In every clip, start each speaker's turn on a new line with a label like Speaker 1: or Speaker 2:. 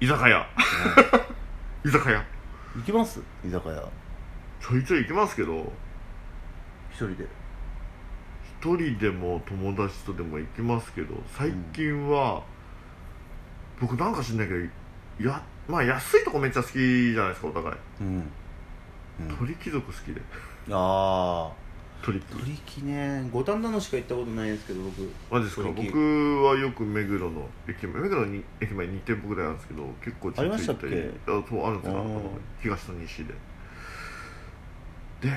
Speaker 1: 居酒屋 居酒屋
Speaker 2: 行きます居酒屋
Speaker 1: ちょいちょい行きますけど
Speaker 2: 一人で
Speaker 1: 一人でも友達とでも行きますけど最近は、僕なんか知んないけどやまあ安いとこめっちゃ好きじゃないですかお互い
Speaker 2: うん、うん、
Speaker 1: 鳥貴族好きで
Speaker 2: ああ
Speaker 1: 鳥貴
Speaker 2: 鳥木ね五反田のしか行ったことないですけど僕
Speaker 1: マジですか
Speaker 2: 鳥貴
Speaker 1: 僕はよく目黒の駅前目黒に駅前2店舗ぐらいあるんですけど結構ちょいちょい
Speaker 2: ありましたっけ
Speaker 1: 行たりあそうあるんですよ
Speaker 2: あー
Speaker 1: 東と西でで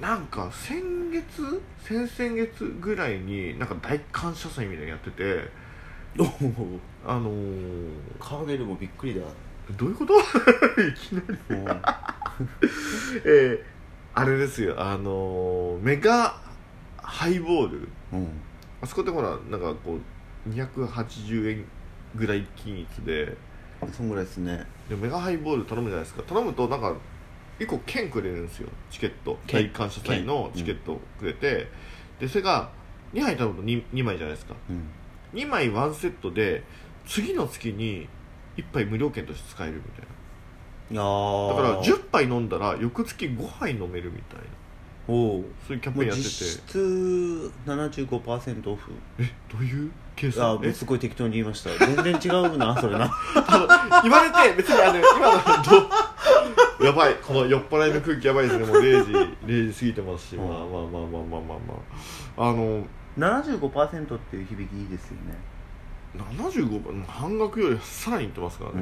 Speaker 1: なんか先月先々月ぐらいになんか大感謝祭みたいなのやってて
Speaker 2: おお
Speaker 1: あのー、
Speaker 2: カーネルもびっくりだ
Speaker 1: どういうこと いきなりえー、あれですよあのーメガハイボール
Speaker 2: うん、うん、
Speaker 1: あそこでほらなんかこう280円ぐらい均一で
Speaker 2: そんぐらいですね
Speaker 1: でメガハイボール頼むじゃないですか頼むとなんか1個券くれるんですよチケット
Speaker 2: 券
Speaker 1: 大感謝祭のチケットをくれて、でそれが2杯頼むと 2, 2枚じゃないですか
Speaker 2: うん
Speaker 1: 2枚ワンセットで次の月に1杯無料券として使えるみたいな
Speaker 2: あ
Speaker 1: だ
Speaker 2: あ
Speaker 1: から10杯飲んだら翌月5杯飲めるみたいな
Speaker 2: おお
Speaker 1: そういうキャンペーン
Speaker 2: もう
Speaker 1: やって
Speaker 2: 実
Speaker 1: て
Speaker 2: 質75%オフ
Speaker 1: えどういう計
Speaker 2: あ
Speaker 1: 算
Speaker 2: ー
Speaker 1: え
Speaker 2: すごい適当に言いました全然違 うなそれな
Speaker 1: あの言われて別にあの今のどう やばいこの酔っ払いの空気やばいですねもう0時0時過ぎてますし、
Speaker 2: うん
Speaker 1: まあまあまあまあまあまあまああの
Speaker 2: 75%っていう響きいいですよね
Speaker 1: 75倍半額よりさらにいってますからね、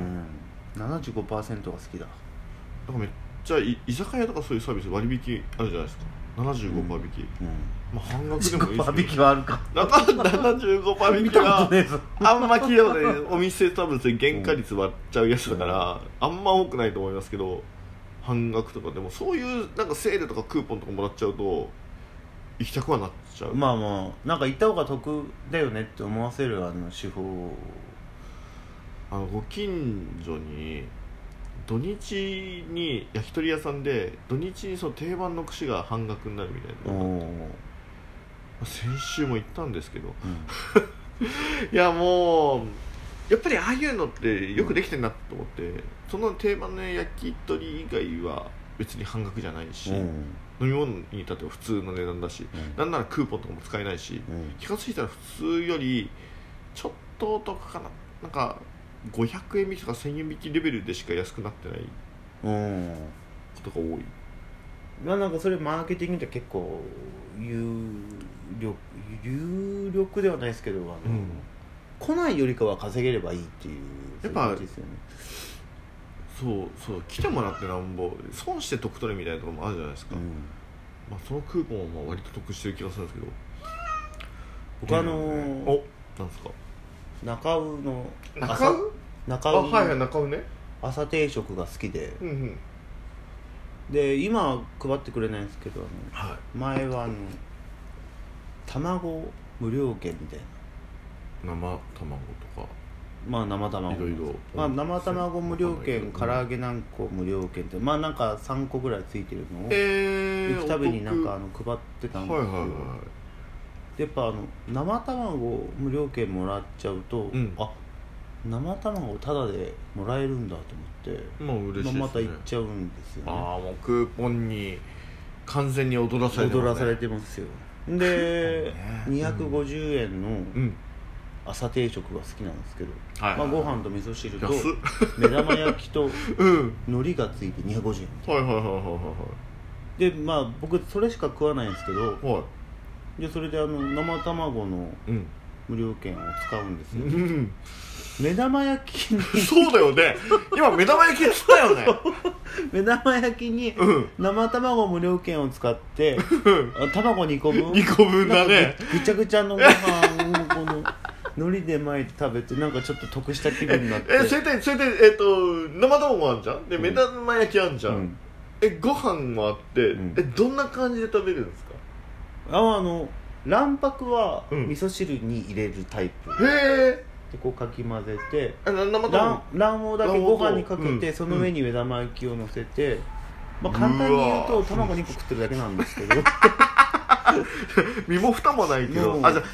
Speaker 2: う
Speaker 1: だ
Speaker 2: ん75%が好きだ
Speaker 1: からめっちゃい居酒屋とかそういうサービス割引あるじゃないですか75%引き、
Speaker 2: うん
Speaker 1: まあ、半額 でもいいです
Speaker 2: 75%引
Speaker 1: け
Speaker 2: き
Speaker 1: ど
Speaker 2: はあるか
Speaker 1: な75%引
Speaker 2: 見
Speaker 1: き
Speaker 2: たこと
Speaker 1: は
Speaker 2: ねえぞ
Speaker 1: あんま聞いたことないお店多分それ原価率割っちゃうやつだから、あんま多くないと思いますけど半額とかでもそういうなんかセールとかクーポンとかもらっちゃうと行きたくはなっちゃう、
Speaker 2: まあまあなんか行った方が得だよねって思わせるあの手法
Speaker 1: あのご近所に土日に焼き鳥屋さんで土日にその定番の串が半額になるみたい
Speaker 2: お
Speaker 1: な、ま
Speaker 2: お、
Speaker 1: あ先週も行ったんですけど
Speaker 2: う
Speaker 1: い
Speaker 2: ん
Speaker 1: やもうやっぱりああいうのってよくできてんなと思って、その定番の焼き鳥以外は別に半額じゃないし、
Speaker 2: うん
Speaker 1: 飲み物に至っては普通の値段だしなんならクーポンとかも使えないし
Speaker 2: うん
Speaker 1: 気が付いたら普通よりちょっとお得かななんか500円引きとか1000円引きレベルでしか安くなってない
Speaker 2: うん、
Speaker 1: ことが多い
Speaker 2: まあなんかそれマーケティングって結構有力有力ではないですけどあの、
Speaker 1: うん
Speaker 2: 来ないよりかは稼げればいいっていう
Speaker 1: やっぱ
Speaker 2: そういう感じですよね
Speaker 1: そうそう来てもらってなんぼ損して得取れみたいなところもあるじゃないですか、
Speaker 2: うん
Speaker 1: まあ、そのクーポンはまあ割と得してる気がするんですけど
Speaker 2: 僕あの
Speaker 1: おなんですか
Speaker 2: 中尾の
Speaker 1: 中尾
Speaker 2: 朝
Speaker 1: あ
Speaker 2: 中尾
Speaker 1: はいはい
Speaker 2: の
Speaker 1: 中尾ね
Speaker 2: 朝定食が好きで
Speaker 1: うんうん
Speaker 2: で今配ってくれないんですけどあの
Speaker 1: は
Speaker 2: 前はあの卵無料券みたいない
Speaker 1: 生卵とか
Speaker 2: まあ生卵
Speaker 1: いろいろ
Speaker 2: まあ、生卵無料券
Speaker 1: わ
Speaker 2: 唐
Speaker 1: かんない
Speaker 2: 揚げ何個無料券ってまあなんか3個ぐらいついてるのを行
Speaker 1: えー、
Speaker 2: くたびになんかあ
Speaker 1: お
Speaker 2: の配ってたん
Speaker 1: 得
Speaker 2: です
Speaker 1: はい
Speaker 2: よ
Speaker 1: はいはい
Speaker 2: でやっぱあの生卵無料券もらっちゃうと、
Speaker 1: うん
Speaker 2: あ生卵タダでもらえるんだと思って
Speaker 1: まあ嬉しいです、ね、
Speaker 2: まあまた行っちゃうんですよね
Speaker 1: ああもうクーポンに完全に踊らされて
Speaker 2: 踊
Speaker 1: ますね
Speaker 2: らされてますよで
Speaker 1: そうね
Speaker 2: 250円の
Speaker 1: うん
Speaker 2: 朝定食が好きなんですけど、
Speaker 1: はい
Speaker 2: まあ、ご飯と味噌汁と
Speaker 1: 安っ
Speaker 2: 目玉焼きと
Speaker 1: うん
Speaker 2: 海苔がついて250円
Speaker 1: はいはいはいはいは
Speaker 2: でまあ僕それしか食わないんですけど
Speaker 1: いはいは
Speaker 2: でそれであの生卵の
Speaker 1: いうん
Speaker 2: 無料券を使うんです
Speaker 1: う
Speaker 2: よ
Speaker 1: ん、
Speaker 2: 目玉焼きに
Speaker 1: そうだよね今目玉焼きっつったよね
Speaker 2: 目玉焼きに
Speaker 1: うん
Speaker 2: 生卵無料券を使ってあ卵2個分
Speaker 1: 2個分だ
Speaker 2: なん
Speaker 1: ね
Speaker 2: かぐぐちゃぐちゃのご飯をこの海苔で巻いて食べてなんかちょっと得した気分になって
Speaker 1: えそれでそれでえっ、と生卵もあんじゃんで目玉焼きあんじゃん、
Speaker 2: うん
Speaker 1: えご飯もあって、
Speaker 2: うん
Speaker 1: えどんな感じで食べるんですか
Speaker 2: ああの卵白は
Speaker 1: うん
Speaker 2: 味噌汁に入れるタイプ、で
Speaker 1: へ
Speaker 2: こうかき混ぜて
Speaker 1: え生卵
Speaker 2: 卵卵黄だけご飯にかけ
Speaker 1: 卵黄
Speaker 2: て
Speaker 1: うん
Speaker 2: その上に目玉焼きを乗せて、まあ、簡単に言う
Speaker 1: う
Speaker 2: と
Speaker 1: わ
Speaker 2: 卵2個食ってるだけなんですけど
Speaker 1: 身も蓋もないけど、
Speaker 2: うん
Speaker 1: あじゃあ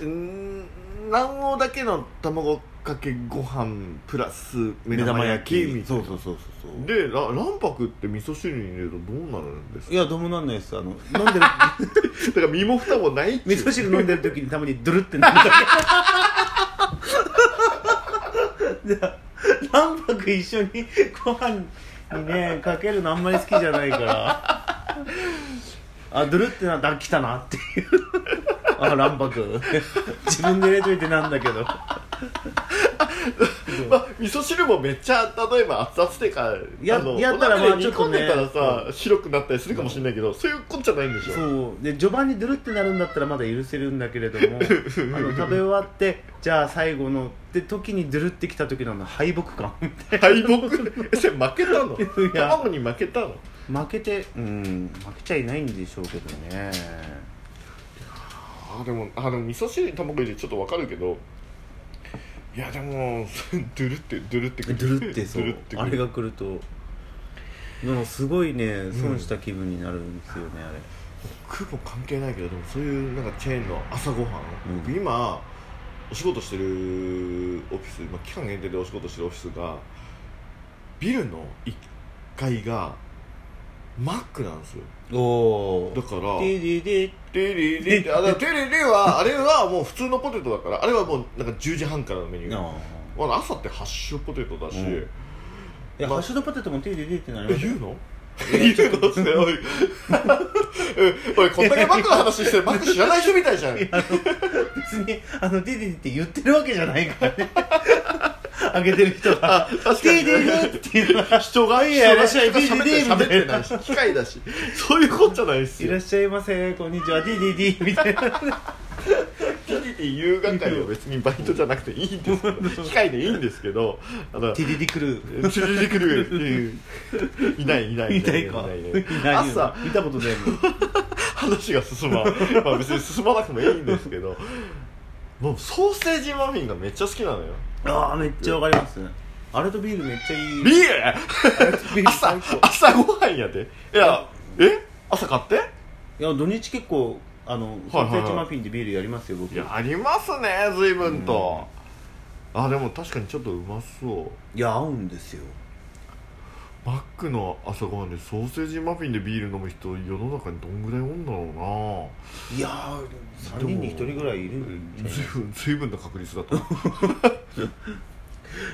Speaker 1: うーん卵黄だけの卵かけご飯プラス 目
Speaker 2: 目
Speaker 1: 玉
Speaker 2: 玉
Speaker 1: 焼
Speaker 2: 焼
Speaker 1: き
Speaker 2: き
Speaker 1: みたいな
Speaker 2: そうそうそうそうそう
Speaker 1: でら卵白って味噌汁に入れるとどうなるんです
Speaker 2: い
Speaker 1: か
Speaker 2: やどうもなんないですあの飲んでる
Speaker 1: だから身も蓋もないってい
Speaker 2: 味
Speaker 1: う
Speaker 2: 噌汁飲んでる時にたまにドゥルってなる だけじゃあ卵白一緒にご飯にねかけるのあんまり好きじゃないからあドゥルってなったら来たなっていうあ卵 白自分で入れといてなんだけど
Speaker 1: まあ、味噌汁もめっちゃ例えば熱々でか
Speaker 2: や
Speaker 1: あの
Speaker 2: やったらまあ
Speaker 1: お鍋で煮込んでたら
Speaker 2: ちょっと
Speaker 1: さ、白くなったりするかもしれないけど、そういうことじゃないんでしょ
Speaker 2: そうで序盤にドゥルってなるんだったらまだ許せるんだけれどもあの食べ終わってじゃあ最後のって時にドゥルってきた時のあの敗北感
Speaker 1: 敗北えそれ負けた の
Speaker 2: いや
Speaker 1: 卵に負けたの
Speaker 2: 負けてうん負けちゃいないんでしょうけどね
Speaker 1: あでもあでも味噌汁に卵入れてちょっとわかるけどいやでも ドゥルってドゥルってく
Speaker 2: ド
Speaker 1: る
Speaker 2: ゥルってそう
Speaker 1: ドゥルってく
Speaker 2: あ
Speaker 1: る
Speaker 2: れが来るとでもすごいね損した気分になるんですよね、あれ
Speaker 1: クーポン関係ないけどでもそういうなんかチェーンの朝ごはん、
Speaker 2: うん
Speaker 1: 僕今お仕事してるオフィス、まあ、期間限定でお仕事してるオフィスがビルの1階がマックなんですよ
Speaker 2: おお
Speaker 1: だから
Speaker 2: ででで
Speaker 1: テレレってあだからテレレはあれはもう普通のポテトだからあれはもうなんか10時半からのメニュー
Speaker 2: ああ
Speaker 1: まだ朝ってハッシュポテトだし、
Speaker 2: うん
Speaker 1: え
Speaker 2: いや
Speaker 1: ま
Speaker 2: ハッシュドポテトもでででってなりますよ
Speaker 1: 言うの 言うのっておいおいこんだけマックの話してるマック知らない人みたいじゃん
Speaker 2: あの別にあのディディって言ってるわけじゃないから ねあげてる人が
Speaker 1: 確か
Speaker 2: デ
Speaker 1: に
Speaker 2: ィディディっていうのはい
Speaker 1: 人が
Speaker 2: いやいらっしゃい
Speaker 1: 人が喋って
Speaker 2: ディディ
Speaker 1: 喋ってないし機械だしそういうことじゃないです
Speaker 2: いら
Speaker 1: よ
Speaker 2: っしゃいませこんにちはディディディみたいな
Speaker 1: ティディディ優雅会は別にバイトじゃなくていいんですけど機械でいいんですけどあの
Speaker 2: ディディディ来る
Speaker 1: チュルリクルっていういないいない
Speaker 2: いないか
Speaker 1: いない
Speaker 2: いないよ
Speaker 1: 朝
Speaker 2: 見たことないもん
Speaker 1: 話が進まんまあ別に進まなくてもいいんですけどもうソーセージマフィンがめっちゃ好きなのよ
Speaker 2: ああめっちゃわかりますあれとビールめっちゃいい
Speaker 1: ビー
Speaker 2: あれとビ
Speaker 1: ル
Speaker 2: ール
Speaker 1: 朝
Speaker 2: 最高
Speaker 1: 朝ごはんやでいやえ朝買って
Speaker 2: いや土日結構あのソーセージマフィンでビールやりますよ僕
Speaker 1: いやありますね随分と、あでも確かにちょっとうまそう
Speaker 2: いや合うんですよ
Speaker 1: マックの朝ごはんでソーセージマフィンでビール飲む人世の中にどんぐらいおんだろう
Speaker 2: いやー3人に1人ぐらいいるんじゃ
Speaker 1: な
Speaker 2: ない
Speaker 1: 随分随分な確率だと 思うい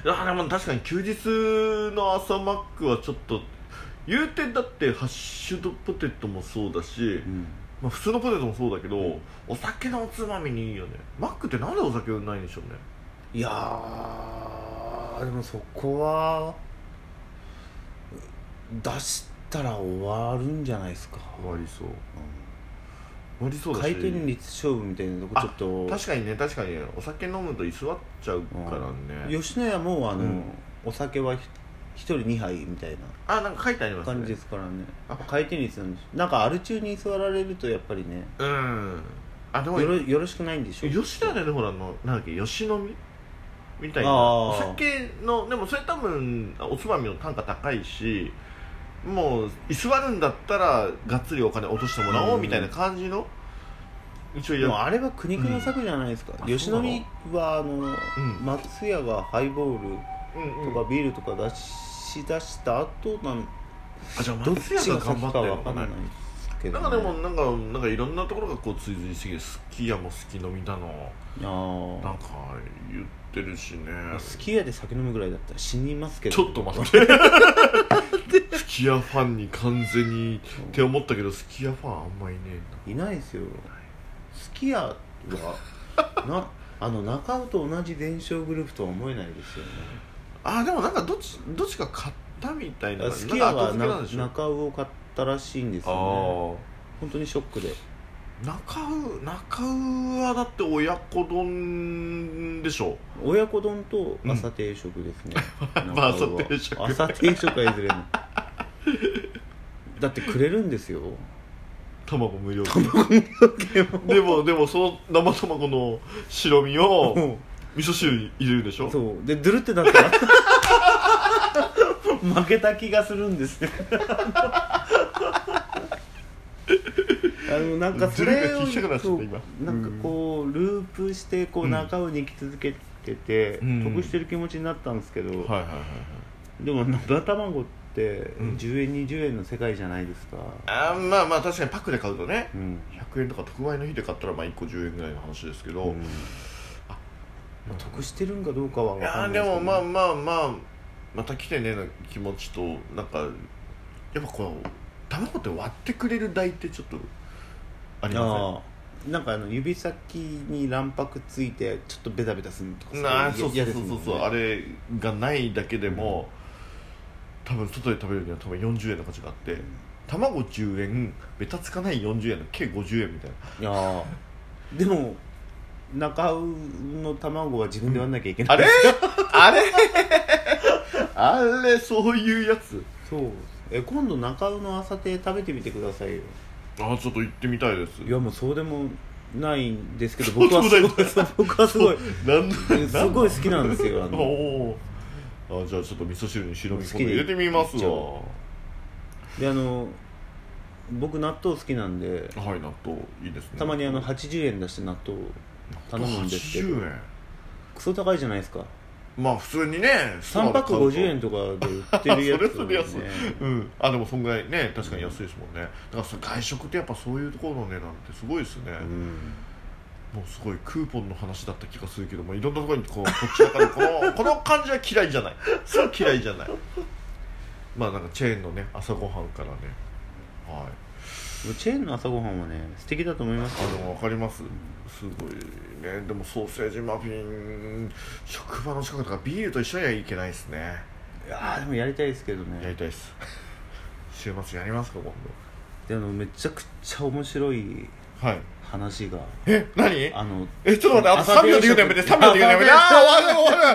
Speaker 1: やでも確かに休日の朝マックはちょっと言うてだってハッシュドポテトもそうだし、
Speaker 2: うん
Speaker 1: まあ、普通のポテトもそうだけど、お酒のおつまみにいいよねマックってなんでお酒売んないんでしょうね
Speaker 2: いやーでもそこは出したら終わるんじゃないですか、
Speaker 1: 終わりそう
Speaker 2: う
Speaker 1: 終わりそうんだし
Speaker 2: 回転率勝負みたいなとこちょっと
Speaker 1: 確かにね確かにお酒飲むと居座っちゃうからね
Speaker 2: 吉野家もあの、
Speaker 1: うん
Speaker 2: お酒はひ一人2杯みたいな
Speaker 1: あなんか書いてありますね
Speaker 2: 感じですからね
Speaker 1: あ
Speaker 2: 回転率なんでしょなんかアル中に座られるとやっぱりね
Speaker 1: うんあでも
Speaker 2: よろよろしくないんでしょ
Speaker 1: 吉田でほらあのなんだっけ吉飲みみたいな
Speaker 2: あー
Speaker 1: お酒のでもそれ多分おつまみの単価高いしもう居座るんだったらがっつりお金落としてもらおうみたいな感じの一応
Speaker 2: で
Speaker 1: や
Speaker 2: もあれは苦肉の策じゃないですか、
Speaker 1: うんあ
Speaker 2: 吉野家はあの、
Speaker 1: ん
Speaker 2: 松屋がハイボール
Speaker 1: うんう
Speaker 2: と
Speaker 1: ん
Speaker 2: かビールとか出し出した後なん
Speaker 1: あじゃあ
Speaker 2: どっ
Speaker 1: 松
Speaker 2: ち
Speaker 1: 屋
Speaker 2: が
Speaker 1: が頑
Speaker 2: 先か
Speaker 1: 張ったよ
Speaker 2: わかんないけど、
Speaker 1: なんかでもなんかなんかいろんなところがこう追随してきてすき家も好き飲みだの
Speaker 2: あ
Speaker 1: なんか言ってるしね
Speaker 2: あすき家で酒飲むぐらいだったら死にますけど
Speaker 1: ちょっと待ってすき家ファンに完全にって思ったけどすき家ファンあんまいね
Speaker 2: いないですよすき家は なあの中尾と同じ伝承グループとは思えないですよね
Speaker 1: えなあでもなんかどっちどっちか買ったみたいな
Speaker 2: すき家は
Speaker 1: なんか後付けな
Speaker 2: なん
Speaker 1: でしょ
Speaker 2: 中尾を買ったらしいんですよね
Speaker 1: あ
Speaker 2: 本当にショックで
Speaker 1: あ中う中うはだって親子丼でしょ
Speaker 2: 親子丼と朝定食です ね、
Speaker 1: ん
Speaker 2: 中尾は
Speaker 1: 朝定食
Speaker 2: 朝定食はいずれもだってくれるんですよ
Speaker 1: 卵無料でもでもその生卵の白身 を
Speaker 2: も
Speaker 1: 味噌汁に入れるでし
Speaker 2: う
Speaker 1: ょ
Speaker 2: そうでドゥルってなったら 負けた気がするん ですねあのなんかそ
Speaker 1: ド
Speaker 2: れ
Speaker 1: ゥルが小さくなっちゃった
Speaker 2: そう
Speaker 1: 今
Speaker 2: なんかこうループしてこう中尾に行き続けてて、
Speaker 1: うん
Speaker 2: 得してる気持ちになったんですけど、
Speaker 1: はいはいはいはい
Speaker 2: でも生卵って
Speaker 1: うん
Speaker 2: 10円20円の世界じゃないですか、
Speaker 1: あーまあまあ確かにパックで買うとね
Speaker 2: うん
Speaker 1: 100円とか特売の日で買ったらまあ1個10円ぐらいの話ですけど、
Speaker 2: うんまあ得してるんかどうかは分
Speaker 1: い
Speaker 2: か
Speaker 1: や
Speaker 2: んない
Speaker 1: でもまあ
Speaker 2: ま
Speaker 1: まあまあまた来てねの気持ちとなんかやっぱこう卵って割ってくれる代ってちょっとありま
Speaker 2: あーなんかあの指先に卵白ついてちょっとベタベタするとか
Speaker 1: せんなあそうそう
Speaker 2: いや
Speaker 1: そうそうそう、
Speaker 2: 嫌
Speaker 1: あ
Speaker 2: です
Speaker 1: れがないだけでも、多分外で食べるには多分40円の価値があって、卵10円ベタつかない40円の計50円みたいな
Speaker 2: もんねいやーでも中尾の卵は自分で割んなきゃいけない、
Speaker 1: あれあれあれそういうやつ
Speaker 2: そうえ今度中尾の朝亭食べてみてくださいよ
Speaker 1: あちょっと行ってみたいです
Speaker 2: いやもうそうでもないんですけど
Speaker 1: そうで
Speaker 2: 僕は
Speaker 1: もな
Speaker 2: す
Speaker 1: い
Speaker 2: ごい 僕はすごい
Speaker 1: なん
Speaker 2: うんすごい好きなんですよあ
Speaker 1: お
Speaker 2: の
Speaker 1: おーあじゃあちょっと味噌汁に白身込んで入れてみます
Speaker 2: 好きでいっちゃ
Speaker 1: わ
Speaker 2: うであの僕納豆好きなんで
Speaker 1: はい納豆いいですね
Speaker 2: たまにあの80円出して納豆頼むんですけど
Speaker 1: 80円
Speaker 2: クソ高いじゃないですか
Speaker 1: まあ普通にね
Speaker 2: 3パック50円
Speaker 1: と
Speaker 2: とかで売って るやつ、ね、
Speaker 1: それはそれ安い、うん、あでもそんぐらいね確かに安いですもんねだからそれ外食ってやっぱそういうところの値段ってすごいですね、
Speaker 2: うん
Speaker 1: もうすごいクーポンの話だった気がするけどもいろんなところにこうこっちだからこ のこの感じは嫌いじゃないそれは嫌いじゃないまあなんかチェーンのね朝ごはんからねはい
Speaker 2: チェーンの朝ごはんはね素敵だと思いますよ
Speaker 1: あでも分かりますすごいねでもソーセージマフィン職場の近くとかビールと一緒にはいけないですね
Speaker 2: いやーでもやりたいですけど
Speaker 1: やり
Speaker 2: ね
Speaker 1: たいです週末やりますか今
Speaker 2: であのめちゃくちゃ面白い
Speaker 1: 度はい
Speaker 2: 話が
Speaker 1: え何
Speaker 2: あの
Speaker 1: えちょっと待ってあと
Speaker 2: 朝
Speaker 1: 3秒で言うのやめて3秒で言うのやめて
Speaker 2: 朝
Speaker 1: ああー終わる終わる